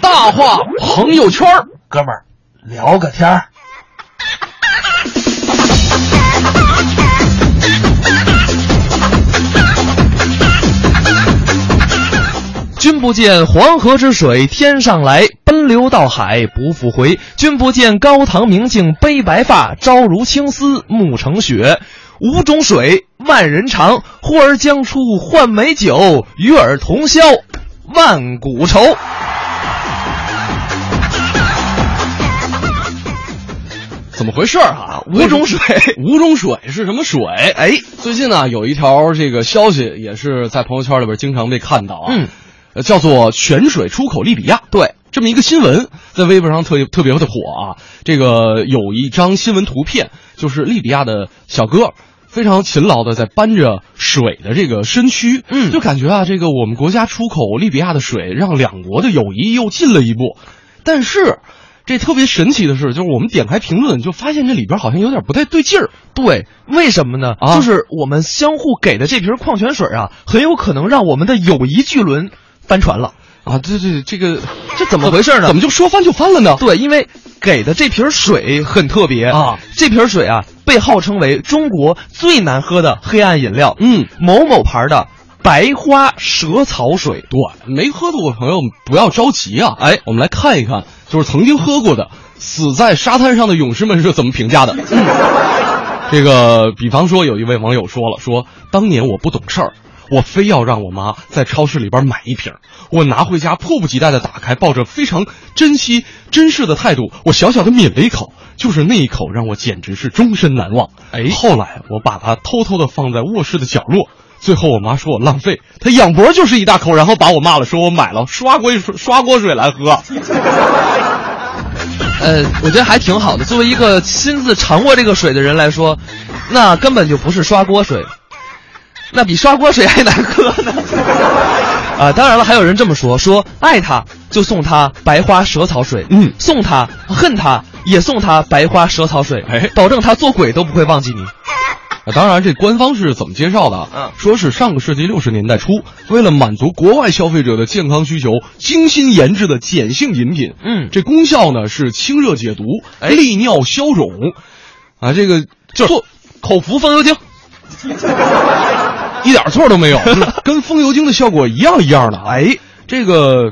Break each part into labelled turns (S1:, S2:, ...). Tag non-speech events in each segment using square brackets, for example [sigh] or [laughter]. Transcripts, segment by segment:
S1: 大话朋友圈儿
S2: 哥们儿，聊个天儿。
S1: 君不见黄河之水天上来，奔流到海不复回。君不见高堂明镜悲白发，朝如青丝暮成雪。五种水，万人尝。呼儿将出换美酒，与尔同销万古愁。怎么回事儿啊？五种水，
S3: 五种水是什么水？
S1: 哎，
S3: 最近呢、有一条这个消息也是在朋友圈里边经常被看到啊，
S1: 嗯
S3: 呃，叫做“泉水出口利比亚”，对，这么一个新闻在微博上特别特别的火啊。这个有一张新闻图片，就是利比亚的小哥。非常勤劳的在搬着水的这个身躯，
S1: 嗯
S3: 就感觉啊，这个我们国家出口利比亚的水，让两国的友谊又近了一步。但是，这特别神奇的是，就是我们点开评论，就发现这里边好像有点不太对劲儿。
S1: 对，为什么呢？
S3: 啊
S1: 就是我们相互给的这瓶矿泉水啊，很有可能让我们的友谊巨轮翻船了。
S3: 啊，这这这个
S1: 这怎么回事呢
S3: 怎么就说翻就翻了呢？
S1: 对，因为给的这瓶水很特别
S3: 啊，
S1: 这瓶水啊被号称为中国最难喝的黑暗饮料，
S3: 嗯，
S1: 某某牌的白花蛇草水。
S3: 对，没喝过的朋友不要着急啊！哎，我们来看一看，就是曾经喝过的死在沙滩上的勇士们是怎么评价的。这个，比方说，有一位网友说了，说当年我不懂事儿，我非要让我妈在超市里边买一瓶，我拿回家迫不及待的打开，抱着非常珍惜、珍视的态度，我小小的抿了一口，就是那一口让我简直是终身难忘。哎，后来我把它偷偷的放在卧室的角落。最后我妈说我浪费，她仰脖就是一大口，然后把我骂了，说我买了刷锅水刷锅水来喝。
S1: 呃，我觉得还挺好的。作为一个亲自尝过这个水的人来说，那根本就不是刷锅水，那比刷锅水还难喝呢。 [laughs] 啊，当然了，还有人这么说，说爱他就送他白花蛇草水，
S3: 嗯
S1: 送他恨他也送他白花蛇草水，
S3: 哎
S1: 保证他做鬼都不会忘记你。
S3: 啊，当然，这官方是怎么介绍的啊？
S1: 嗯
S3: 说是上个世纪六十年代初，为了满足国外消费者的健康需求，精心研制的碱性饮品。
S1: 嗯哎
S3: 这功效呢是清热解毒、利尿消肿，啊，这个就是
S1: 口服风油精，
S3: [laughs] 一点错都
S1: [laughs]
S3: 没有，就是跟风油精的效果一样一样的。哎，这个，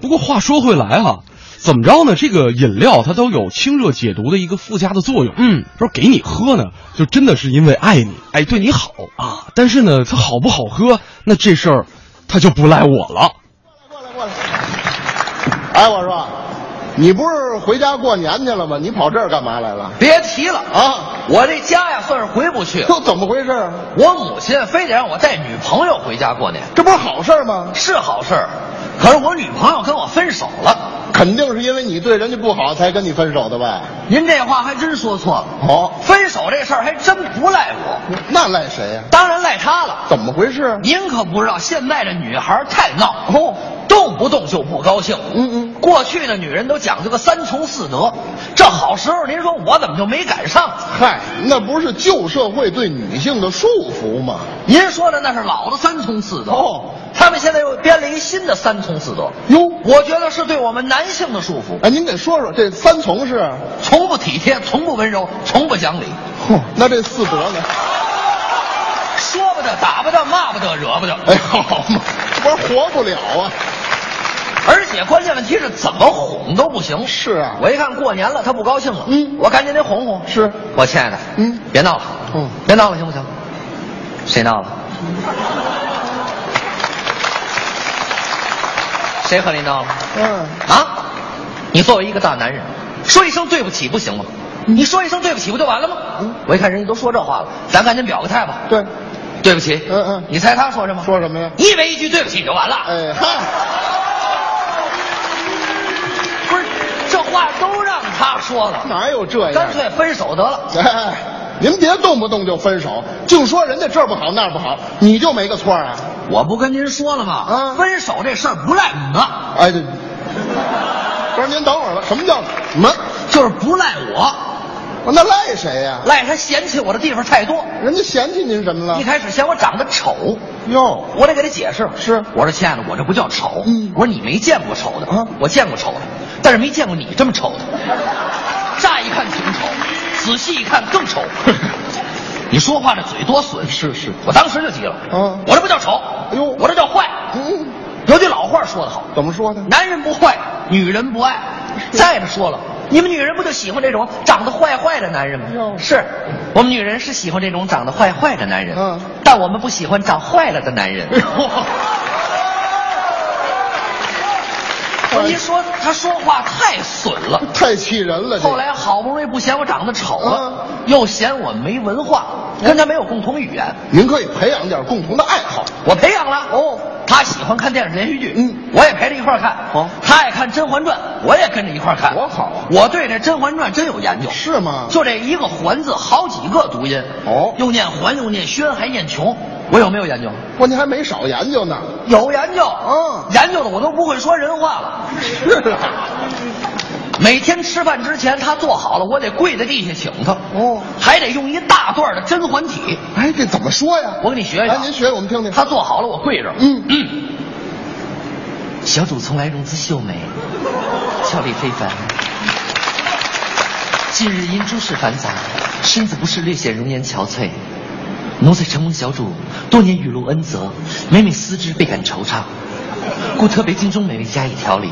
S3: 不过话说回来哈、怎么着呢？这个饮料它都有清热解毒的一个附加的作用。
S1: 嗯，
S3: 说给你喝呢，就真的是因为爱你，哎，对你好啊。但是呢，它好不好喝，那这事儿，它就不赖我了。
S4: 哎，我说，你不是回家过年去了吗？你跑这儿干嘛来了？
S5: 别提了，
S4: 啊，
S5: 我这家呀算是回不去了。
S4: 又怎么回事啊？
S5: 我母亲非得让我带女朋友回家过年，
S4: 这不是好事儿吗？
S5: 是好事儿，可是我女朋友跟我分手了。
S4: 肯定是因为你对人家不好才跟你分手的呗。
S5: 您这话还真说错了，
S4: 哦，
S5: 分手这事儿还真不赖我，
S4: 那赖谁呀、
S5: 当然赖她了。
S4: 怎么回事？
S5: 您可不知道，现在这女孩太闹哦，动不动就不高兴。
S4: 嗯嗯
S5: 过去的女人都讲究个三从四德，这好时候您说我怎么就没赶上？
S4: 嗨，那不是旧社会对女性的束缚吗？
S5: 您说的那是老的三从四德
S4: 哦，
S5: 他们现在又编了一新的三从四德，
S4: 哟，
S5: 我觉得是对我们男性的束缚，
S4: 哎，您给说说这三从是？
S5: 从不体贴，从不温柔，从不讲理，
S4: 嚯，那这四德呢？
S5: 说不得，打不得，骂不得，惹不得，
S4: 哎，好 [laughs] 嘛，这玩意儿活不了啊！
S5: 而且关键问题是怎么哄都不行。
S4: 是啊
S5: 我一看过年了，他不高兴了，
S4: 嗯
S5: 我赶紧得哄哄。
S4: 是
S5: 我亲爱的，
S4: 嗯
S5: 别闹了，
S4: 嗯
S5: 别闹了，行不行？谁闹了？谁和你闹了？
S4: 嗯，
S5: 啊，你作为一个大男人，说一声对不起不行吗？
S4: 嗯
S5: 你说一声对不起不就完了吗？我一看人家都说这话了，咱赶紧表个态吧。
S4: 对，
S5: 对不起。
S4: 嗯嗯
S5: 你猜他说什么？
S4: 说什么呀
S5: 你以为一句对不起就完了？
S4: 哎嗨，
S5: [laughs] 不是，这话都让他说了，
S4: 哪有这样？
S5: 干脆分手得了。
S4: 哎，您别动不动就分手，净说人家这儿不好那儿不好，你就没个错啊？
S5: 我不跟您说了吗？
S4: 嗯
S5: 分手这事儿不赖你们，
S4: 哎，这不是您等会儿吧？什么叫什么？
S5: 就是不赖我。
S4: 我那赖谁呀、
S5: 赖他嫌弃我的地方太多。
S4: 人家嫌弃您什么了
S5: 一？开始嫌我长得丑，
S4: 哟，
S5: 我得给他解释。
S4: 是
S5: 我说亲爱的，我这不叫丑。
S4: 嗯
S5: 我说你没见过丑的
S4: 啊
S5: 我见过丑的，但是没见过你这么丑的。乍一看挺丑，仔细一看更丑。
S4: [laughs]
S5: 你说话这嘴多损，
S4: 是是
S5: 我当时就急了。
S4: 嗯
S5: 我这不叫丑，
S4: 哎呦
S5: 我这叫坏。
S4: 嗯，
S5: 有句老话说得好，
S4: 怎么说呢？
S5: 男人不坏，女人不爱。再者说了，你们女人不就喜欢这种长得坏坏的男人吗
S4: 哟？
S5: 是，我们女人是喜欢这种长得坏坏的男人，
S4: 嗯
S5: 但我们不喜欢长坏了的男人。 [laughs] 我一说他说话太损了。
S4: 太气人了，这
S5: 后来好不容易不嫌我长得丑了，又嫌我没文化，跟他没有共同语言。
S4: 您可以培养点共同的爱好。
S5: 我培养了哦，他喜欢看电视连续剧，
S4: 嗯
S5: 我也陪着一块儿看。
S4: 哦
S5: 他爱看《甄嬛传》，我也跟着一块儿看。
S4: 多好啊
S5: 我对这《甄嬛传》真有研究。
S4: 是吗
S5: 就这一个“环”字，好几个读音。
S4: 哦
S5: 又念环，又念宣，还念琼。我有没有研究？
S4: 我您还没少研究呢。
S5: 有研究。
S4: 嗯
S5: 研究的我都不会说人话了。
S4: 是啊，
S5: 每天吃饭之前，他做好了，我得跪在地下请他。
S4: 哦
S5: 还得用一大段的甄嬛体。
S4: 哎，这怎么说呀？
S5: 我给你学一学
S4: 哎，您学我们听听。
S5: 他做好了，我跪着。
S4: 嗯
S5: 嗯。小主从来容姿秀美，俏丽非凡。近日因诸事繁杂，身子不适，略显容颜憔悴。奴才承蒙小主多年雨露恩泽，每每思之倍感惆怅，故特别精中美味加以调理。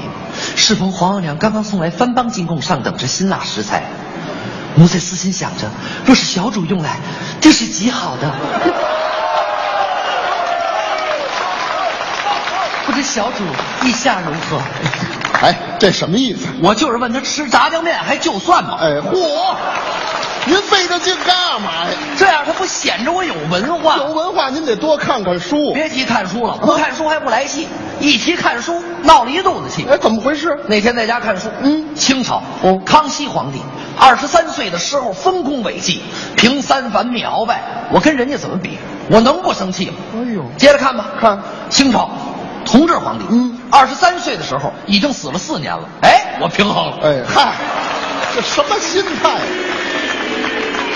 S5: 适逢皇额娘刚刚送来番邦进贡上等之辛辣食材，奴才私心想着，若是小主用来，定是极好的。不知小主意下如何？
S4: 哎，这什么意思？
S5: 我就是问他吃炸酱面还就算吗？
S4: 哎，嚯，您费这劲干嘛呀？
S5: 这样他不显着我有文化？
S4: 有文化啊您得多看看书。
S5: 别提看书了，不看书还不来气，一提看书闹了一肚子气。
S4: 哎，怎么回事？
S5: 那天在家看书，
S4: 嗯
S5: 清朝，
S4: 哦
S5: 康熙皇帝二十三岁的时候丰功伟绩，平三藩灭鳌拜，我跟人家怎么比？我能不生气吗？
S4: 哎呦
S5: 接着看吧，
S4: 看
S5: 清朝，同治皇帝，
S4: 嗯
S5: 二十三岁的时候已经死了四年了，哎，我平衡了，
S4: 哎，嗨，这什么心态呀？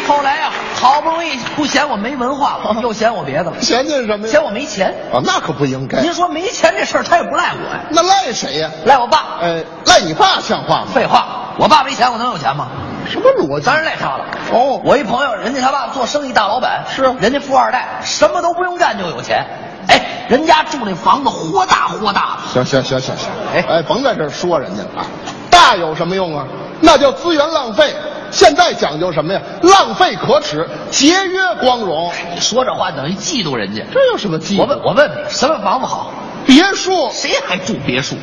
S5: 后来呀、好不容易不嫌我没文化
S4: [laughs]
S5: 了，又嫌我别的了，
S4: 嫌弃什么呀？
S5: 嫌我没钱。
S4: 啊，那可不应该。
S5: 您说没钱这事儿，他也不赖我呀，
S4: 那赖谁呀？
S5: 赖我爸。
S4: 哎，赖你爸像话吗？
S5: 废话，我爸没钱，我能有钱吗？
S4: 什么逻辑
S5: 当？然赖他了。
S4: 哦
S5: 我一朋友，人家他爸做生意大老板，
S4: 是啊
S5: 人家富二代，什么都不用干就有钱。哎，人家住那房子豁大豁大的，
S4: 行行行行行，
S5: 哎
S4: 哎，甭在这儿说人家了啊，大有什么用啊？那叫资源浪费。现在讲究什么呀？浪费可耻，节约光荣。
S5: 你说这话等于嫉妒人家。
S4: 这有什么忌
S5: 我
S4: 讳？
S5: 问，我问你，什么房子好？
S4: 别墅
S5: 谁还住别墅？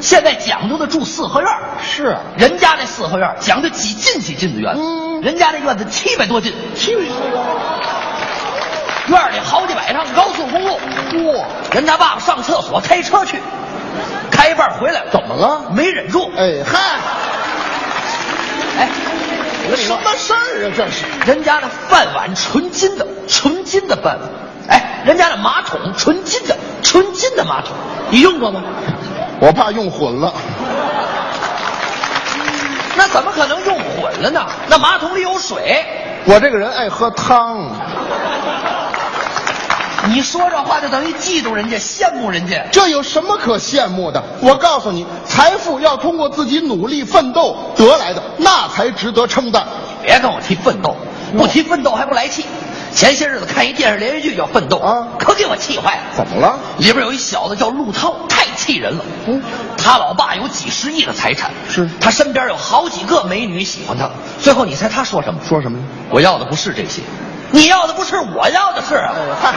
S5: 现在讲究的住四合院儿。
S4: 是啊
S5: 人家那四合院讲究几进几进的院子，
S4: 嗯
S5: 人家那院子七百多进，七百院里好几百趟高速公路，哇、人家爸爸上厕所开车去，开一半回来了，
S4: 怎么了
S5: 没忍住，
S4: 哎嗨，
S5: 哎，我跟你
S4: 什
S5: 说，
S4: 么事儿啊？这是
S5: 人家那饭碗纯金的，纯金的饭碗，哎，人家那马桶纯金的，纯金的马桶，你用过吗？
S4: 我怕用混了。
S5: 那怎么可能用混了呢？那马桶里有水。
S4: 我这个人爱喝汤，
S5: 你说这话就等于嫉妒人家、羡慕人家。
S4: 这有什么可羡慕的？我告诉你，财富要通过自己努力奋斗得来的，那才值得称赞。
S5: 别跟我提奋斗，
S4: 嗯
S5: 不提奋斗还不来气。前些日子看一电视连续剧叫《奋斗》，
S4: 啊
S5: 可给我气坏了。
S4: 怎么了？
S5: 里边有一小子叫陆涛，太气人了。
S4: 嗯
S5: 他老爸有几十亿的财产，
S4: 是
S5: 他身边有好几个美女喜欢他。最后你猜他说什么？
S4: 说什么呀？
S5: 我要的不是这些，你要的不是，我要的是啊。
S4: 哎嗨，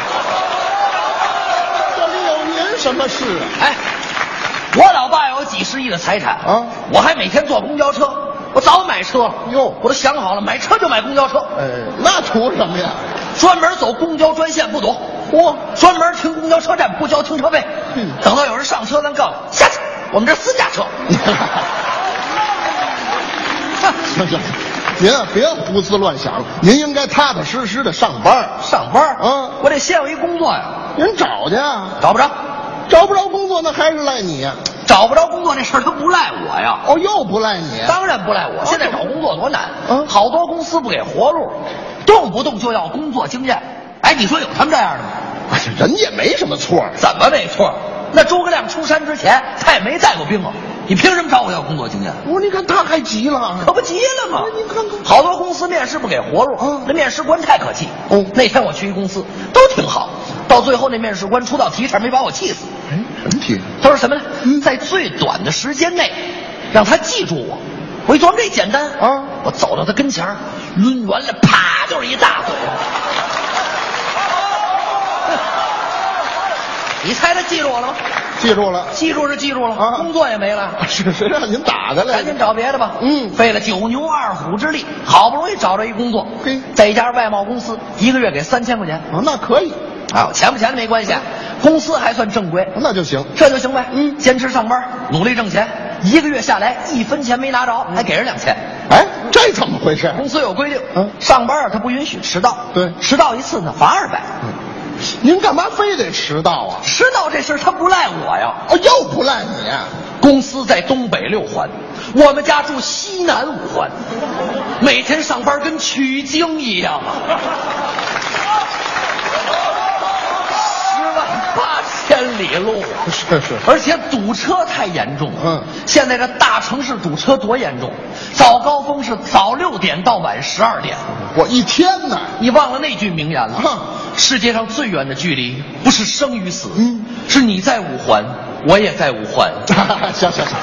S4: 这里有您什么事啊？
S5: 哎，我老爸有几十亿的财产
S4: 啊
S5: 我还每天坐公交车，我早买车了
S4: 哟
S5: 我都想好了，买车就买公交车，
S4: 哎，那图什么呀？ [laughs]
S5: 专门走公交专线不堵，
S4: 嚯
S5: 专门停公交车站不交停车费，
S4: 嗯
S5: 等到有人上车，咱告诉他下去，我们这私家
S4: [laughs]
S5: 车。哼
S4: 行行，您啊别胡思乱想了，您应该踏踏实实的上班儿，
S5: 上班
S4: 嗯
S5: 我得先有一工作呀，
S4: 您找去啊，
S5: 找不着。
S4: 找不着工作那还是赖你呀、啊
S5: 找不着工作这事儿，他不赖我呀。
S4: 哦，又不赖你。
S5: 当然不赖我，现在找工作多难，
S4: 啊嗯
S5: 好多公司不给活路，动不动就要工作经验。哎，你说有他们这样的
S4: [laughs]
S5: 吗？
S4: 哎呀人也没什么错儿。
S5: 怎么没错？那诸葛亮出山之前，他也没带过兵啊，你凭什么找我要工作经验？
S4: 我说你看他还急了，
S5: 可不急了吗？
S4: 你看看
S5: 好多公司面试不给活路，
S4: 嗯
S5: 那面试官太可气。
S4: 哦
S5: 那天我去一公司，都挺好，到最后那面试官出道题差点没把我气死。
S4: 哎，什么题？
S5: 他说什么呢？
S4: 嗯
S5: 在最短的时间内，让他记住我。我一琢磨这简单
S4: 啊
S5: 我走到他跟前儿抡圆了，啪就是一大
S4: [laughs]
S5: 嘴巴。你猜他记住我了吗？
S4: 记住了，
S5: 记住是记住了，
S4: 啊
S5: 工作也没了。
S4: [laughs] 是谁让您打的来着？
S5: 赶紧找别的吧。
S4: 嗯
S5: 费了九牛二虎之力，好不容易找着一工作
S4: 嘿，
S5: 在一家外贸公司，一个月给三千块钱，
S4: 啊，那可以，
S5: 啊，钱不钱的没关系，公司还算正规，
S4: 那就行。
S5: 这就行呗。
S4: 嗯
S5: 坚持上班，努力挣钱，一个月下来一分钱没拿着，
S4: 嗯
S5: 还给人两千。
S4: 哎，这怎么回事？
S5: 公司有规定，
S4: 嗯
S5: 上班啊他不允许迟到，
S4: 对嗯
S5: 迟到一次呢罚二百。
S4: 您干嘛非得迟到啊？
S5: 迟到这事儿他不赖我呀，
S4: 哦，又不赖你、
S5: 公司在东北六环，我们家住西南五环，每天上班跟取经一样啊。十万八千里路，
S4: 是是
S5: 而且堵车太严重了。
S4: 嗯
S5: 现在这大城市堵车多严重，早高峰是早六点到晚十二点。
S4: 我一天呢， [laughs]
S5: 你忘了那句名言了？
S4: 哼
S5: 世界上最远的距离不是生与死，
S4: 嗯
S5: 是你在五环，我也在五环。
S4: 行行行。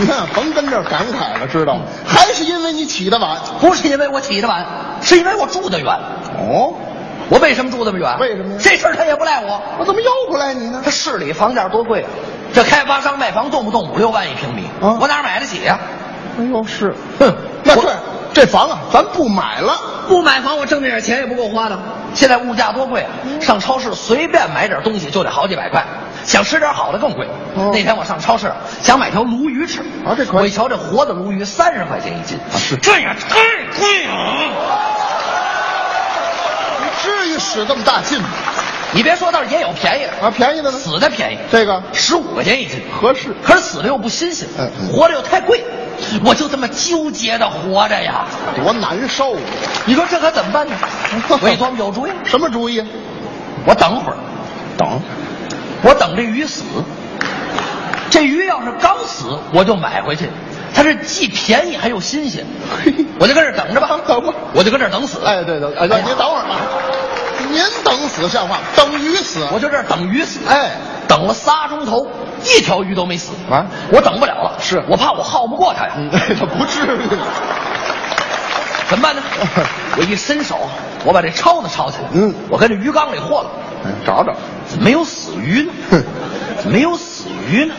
S4: 你看，甭跟这儿感慨了，知道吗？还是因为你起得晚。
S5: 不是因为我起得晚，是因为我住得远。
S4: 哦，
S5: 我为什么住这么远？
S4: 为什么呀
S5: 这事儿他也不赖我。
S4: 我怎么又不赖你呢
S5: 这？市里房价多贵啊！这开发商卖房动不动五六万一平米，
S4: 啊
S5: 我哪买得起呀、
S4: 哎呦，是，
S5: 哼，
S4: 那
S5: 我
S4: 这这房啊，咱不买了。
S5: 不买房，我挣这点钱也不够花的。现在物价多贵啊！
S4: 嗯
S5: 上超市随便买点东西就得好几百块，想吃点好的更贵。
S4: 哦
S5: 那天我上超市想买条鲈鱼吃，
S4: 啊这可以啊
S5: 我一瞧这活的鲈鱼三十块钱一斤，这也太贵了。
S4: 你至于使这么大劲吗？
S5: 你别说，倒是也有便宜的，
S4: 啊，便宜的呢？
S5: 死的便宜，
S4: 这个
S5: 十五块钱一斤。
S4: 合适。
S5: 可是死的又不新鲜
S4: 嗯，嗯
S5: 活的又太贵，我就这么纠结的活着呀。
S4: 多难受啊！
S5: 你说这可怎么办呢？我一琢磨有主意，
S4: 什么主意？
S5: 我等会儿，等，我等这鱼死。这鱼要是刚死，我就买回去。它是既便宜还又新
S4: [laughs]
S5: 鲜，我就跟这儿等着吧。
S4: 等吧
S5: 我就跟这儿等死。
S4: 哎，对对，哎，
S5: 哎呀
S4: 您等会儿吧。您等死像话吗，等鱼死。
S5: 我就这儿等鱼死。
S4: 哎，
S5: 等了仨钟头，一条鱼都没死
S4: 啊
S5: 我等不了了，
S4: 是
S5: 我怕我耗不过它呀。 [laughs]
S4: 嗯，这不至于。
S5: 怎么办
S4: [laughs]
S5: 呢？我一伸手，我把这抄子抄起来，
S4: 嗯
S5: 我跟这鱼缸里和了，
S4: 找找，
S5: 没有死鱼
S4: [laughs]
S5: 呢
S4: 哼，
S5: 没有死鱼呢，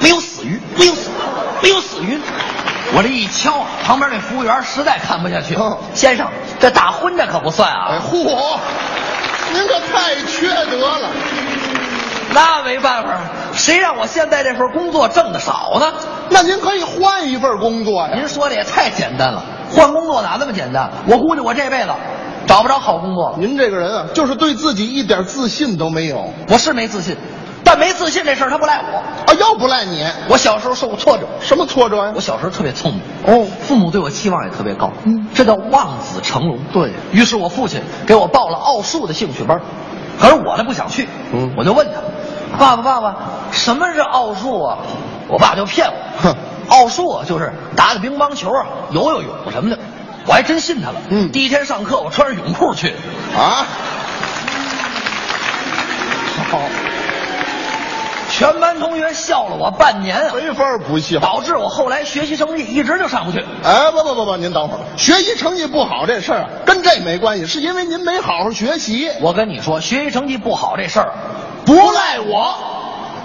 S5: 没有死鱼，没有死，没有死鱼呢。我这一敲，旁边那服务员实在看不下去
S4: 嗯，
S5: 先生，这打昏的可不算
S4: 哎，
S5: 啊，
S4: 嚯，您可太缺德了。
S5: 那没办法，谁让我现在这份工作挣的少呢？
S4: 那您可以换一份工作呀。
S5: 您说的也太简单了，换工作哪那么简单？我估计我这辈子找不着好工作了。
S4: 您这个人啊，就是对自己一点自信都没有
S5: 我是没自信，但没自信这事儿他不赖我。
S4: 啊！要不赖你，
S5: 我小时候受过挫折，
S4: 什么挫折呀
S5: 我？小时候特别聪明，
S4: 哦，
S5: 父母对我期望也特别高，嗯，这叫望子成龙。对于是，我父亲给我报了奥数的兴趣班，可是我呢不想去，
S4: 嗯
S5: 我就问他，爸爸爸爸，什么是奥数啊？我爸就骗我，
S4: 哼
S5: 奥数啊就是打打乒乓球啊，游游泳什么的，我还真信他了。
S4: 嗯
S5: 第一天上课我穿着泳裤去，
S4: 啊，好，
S5: 全班同学笑了我半年啊，
S4: 没法不笑。
S5: 导致我后来学习成绩一直就上不去。
S4: 哎，不不不不，您等会儿，学习成绩不好这事儿啊跟这没关系，是因为您没好好学习。
S5: 我跟你说，学习成绩不好这事儿不赖我。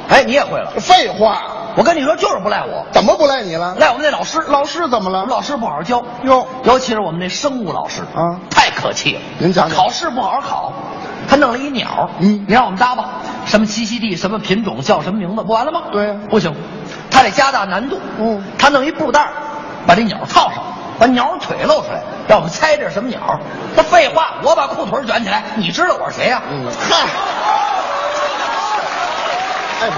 S5: 哎，你也会了。
S4: 废话，
S5: 我跟你说，就是不赖我，
S4: 怎么不赖你了？
S5: 赖我们那老师。
S4: 老师怎么
S5: 我们
S4: 了？
S5: 老师不好好教
S4: 哟
S5: 尤其是我们那生物老师
S4: 啊
S5: 太可气了。
S4: 您讲讲
S5: 考试不好好考，他弄了一鸟，
S4: 嗯
S5: 你让我们搭吧，什么栖息地，什么品种，叫什么名字，不完了吗？
S4: 对呀
S5: 不行，他得加大难度。
S4: 嗯
S5: 他弄一布袋儿把这鸟套上，把鸟腿露出来，让我们猜这是什么鸟。那废话，我把裤腿卷
S4: 嗯
S5: 起来，你知道我是谁呀、
S4: 嗯，嗨，哎，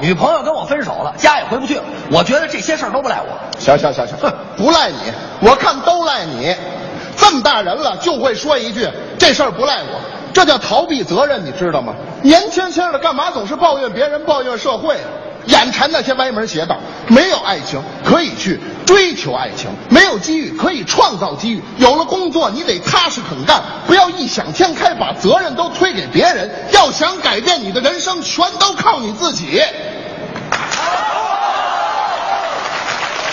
S6: 女朋友跟我分手了，家也回不去了。我觉得这些事儿都不赖我。
S4: 行行行行，不赖你，我看都赖你。这么大人了，就会说一句这事儿不赖我，这叫逃避责任，你知道吗？年轻轻的干嘛总是抱怨别人、抱怨社会啊？眼馋那些歪门邪道，没有爱情可以去追求爱情，没有机遇可以创造机遇。有了工作，你得踏实肯干，不要异想天开，把责任都推给别人。要想改变你的人生，全都靠你自己。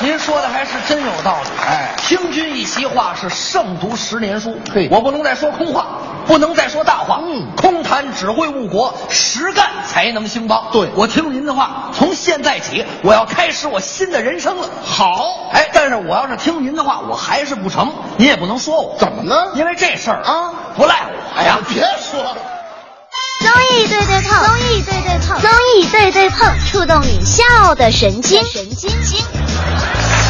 S6: 您说的还是真有道理。
S4: 哎
S6: 听君一席话是胜读十年书。
S4: 嘿
S6: 我不能再说空话，不能再说大话。
S4: 嗯
S6: 空谈只会误国，实干才能兴邦。
S4: 对
S6: 我听您的话，从现在起我要开始我新的人生了。
S4: 好，
S6: 哎，但是我要是听您的话，我还是不成，您也不能说我
S4: 怎么呢
S6: 因为这事儿
S4: 啊
S6: 不赖我呀。
S4: 别说了。
S7: 综艺对对碰，综艺对对碰，综艺对对碰，触动你笑的神经，神经经。
S5: 呃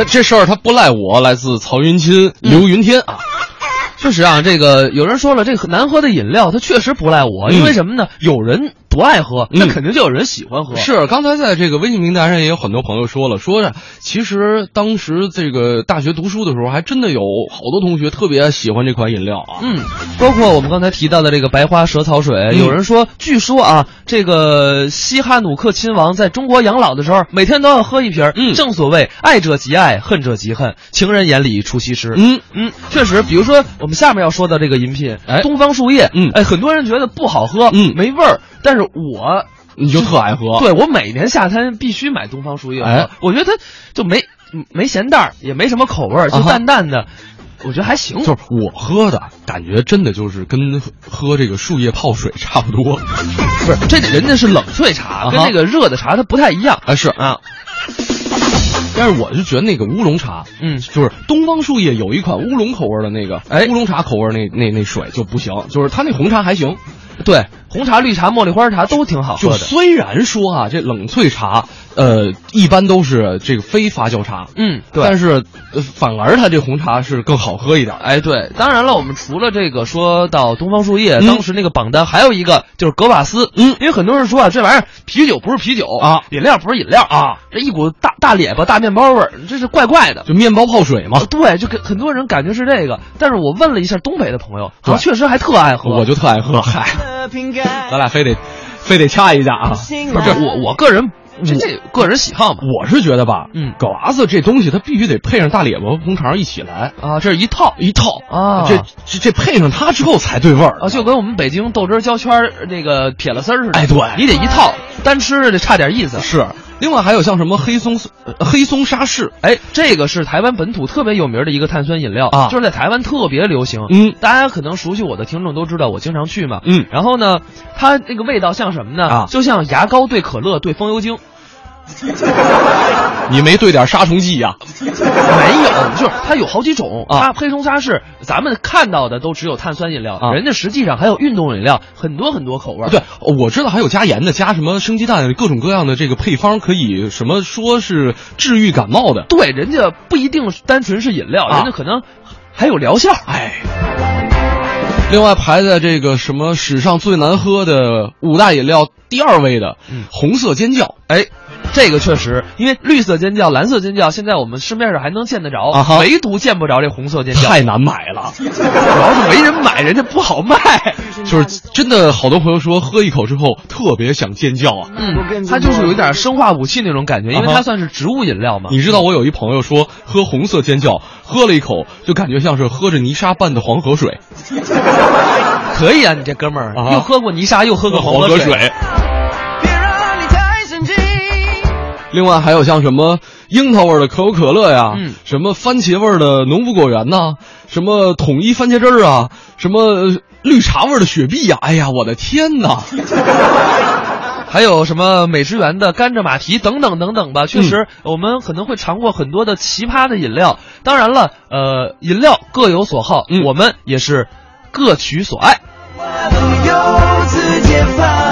S3: 哎，这事儿他不赖我，来自曹云金、刘云天啊。
S5: 确实啊，这个有人说了，这个难喝的饮料它确实不赖我，
S3: 嗯
S5: 因为什么呢？有人不爱喝，那
S3: 嗯
S5: 肯定就有人喜欢喝。
S3: 是，刚才在这个微信平台上也有很多朋友说了，说其实当时这个大学读书的时候，还真的有好多同学特别喜欢这款饮料啊。
S5: 嗯，包括我们刚才提到的这个白花蛇草水，
S3: 嗯
S5: 有人说，据说啊，这个西哈努克亲王在中国养老的时候，每天都要喝一瓶儿。
S3: 嗯
S5: 正所谓爱者即爱，恨者即恨，情人眼里出西施。
S3: 嗯
S5: 嗯，确实，比如说我们下面要说到这个饮品，
S3: 哎
S5: 东方树叶，
S3: 嗯
S5: 哎，很多人觉得不好喝，
S3: 嗯
S5: 没味儿，但是我。
S3: 你就特爱喝
S5: 对我每年夏天必须买东方树叶喝，
S3: 哎
S5: 我觉得它就没没咸淡儿，也没什么口味儿，就
S3: 啊哈
S5: 淡淡的，我觉得还行。
S3: 就是我喝的感觉，真的就是跟喝这个树叶泡水差不多。
S5: 不是，这人家是冷萃茶，
S3: 啊哈
S5: 跟那个热的茶它不太一样。
S3: 哎，是
S5: 啊，
S3: 但是我就觉得那个乌龙茶，
S5: 嗯
S3: 就是东方树叶有一款乌龙口味的那个，
S5: 哎
S3: 乌龙茶口味那那那水就不行，就是它那红茶还行。
S5: 对，红茶、绿茶、茉莉花茶都挺好
S3: 就
S5: 啊喝的。
S3: 虽然说啊，这冷萃茶，呃，一般都是这个非发酵茶，
S5: 嗯对
S3: 但是、呃反而它这红茶是更好喝一点。
S5: 哎，对，当然了，我们除了这个说到东方树叶，
S3: 嗯
S5: 当时那个榜单还有一个就是格瓦斯，
S3: 嗯
S5: 因为很多人说啊，这玩意儿啤酒不是啤酒
S3: 啊
S5: 饮料不是饮料啊，这一股大大脸巴大面包味儿，这是怪怪的。
S3: 就面包泡水嘛，
S5: 对，就给很多人感觉是这个，但是我问了一下东北的朋友，好像
S3: 对
S5: 确实还特爱喝。
S3: 我就特爱
S5: [laughs]
S3: 喝。嗨，咱俩非得非得掐一架啊！
S5: 不是我我个人这这个人喜好嘛
S3: 嗯我是觉得吧，
S5: 嗯
S3: 狗娃子这东西它必须得配上大脸巴和红肠一起来
S5: 啊，这是一套
S3: 一套
S5: 啊
S3: 这这这配上它之后才对味儿
S5: 啊，就跟我们北京豆汁儿浇圈儿那个撇了丝儿似的。
S3: 哎对
S5: 你得一套单吃这差点意思。
S3: 是。另外还有像什么黑松呃黑松沙士，
S5: 哎，这个是台湾本土特别有名的一个碳酸饮料
S3: 啊
S5: 就是在台湾特别流行。
S3: 嗯
S5: 大家可能熟悉我的听众都知道，我经常去嘛。
S3: 嗯
S5: 然后呢，它那个味道像什么呢？
S3: 啊
S5: 就像牙膏兑可乐兑风油精，
S3: 你没兑点杀虫剂呀、
S5: [laughs] 没有，就是它有好几种。
S3: 啊
S5: 它黑松沙士，咱们看到的都只有碳酸饮料，
S3: 啊
S5: 人家实际上还有运动饮料，很多很多口味。
S3: 对，我知道还有加盐的，加什么生鸡蛋，各种各样的这个配方，可以什么说是治愈感冒的。
S5: 对，人家不一定单纯是饮料，
S3: 啊
S5: 人家可能还有疗效。
S3: 哎，另外排在这个什么史上最难喝的五大饮料第二位的、
S5: 嗯
S3: 红色尖叫，
S5: 哎，这个确实，因为绿色尖叫、蓝色尖叫，现在我们市面上还能见得着，
S3: 啊哈
S5: 唯独见不着这红色尖叫，
S3: 太难买了。
S5: 主要是没人买，人家不好卖。
S3: [laughs] 就是真的，好多朋友说喝一口之后特别想尖叫啊！
S5: 嗯，它就是有一点生化武器那种感觉，因为
S3: 啊哈
S5: 它算是植物饮料嘛。
S3: 你知道我有一朋友说喝红色尖叫，喝了一口就感觉像是喝着泥沙拌的黄河水，
S5: [laughs] 可以啊，你这哥们儿、
S3: 啊哈
S5: 又喝过泥沙，又喝过
S3: 黄
S5: 河
S3: 水。另外还有像什么樱桃味儿的可口可乐呀，
S5: 嗯
S3: 什么番茄味儿的农夫果园呐、什么统一番茄汁儿啊，什么呃绿茶味儿的雪碧呀、哎呀，我的天哪！
S5: [laughs] 还有什么美食园的甘蔗马蹄等等等等吧。
S3: 嗯
S5: 确实，我们可能会尝过很多的奇葩的饮料。当然了，呃，饮料各有所好，
S3: 嗯
S5: 我们也是各取所爱。
S6: 我不由自己发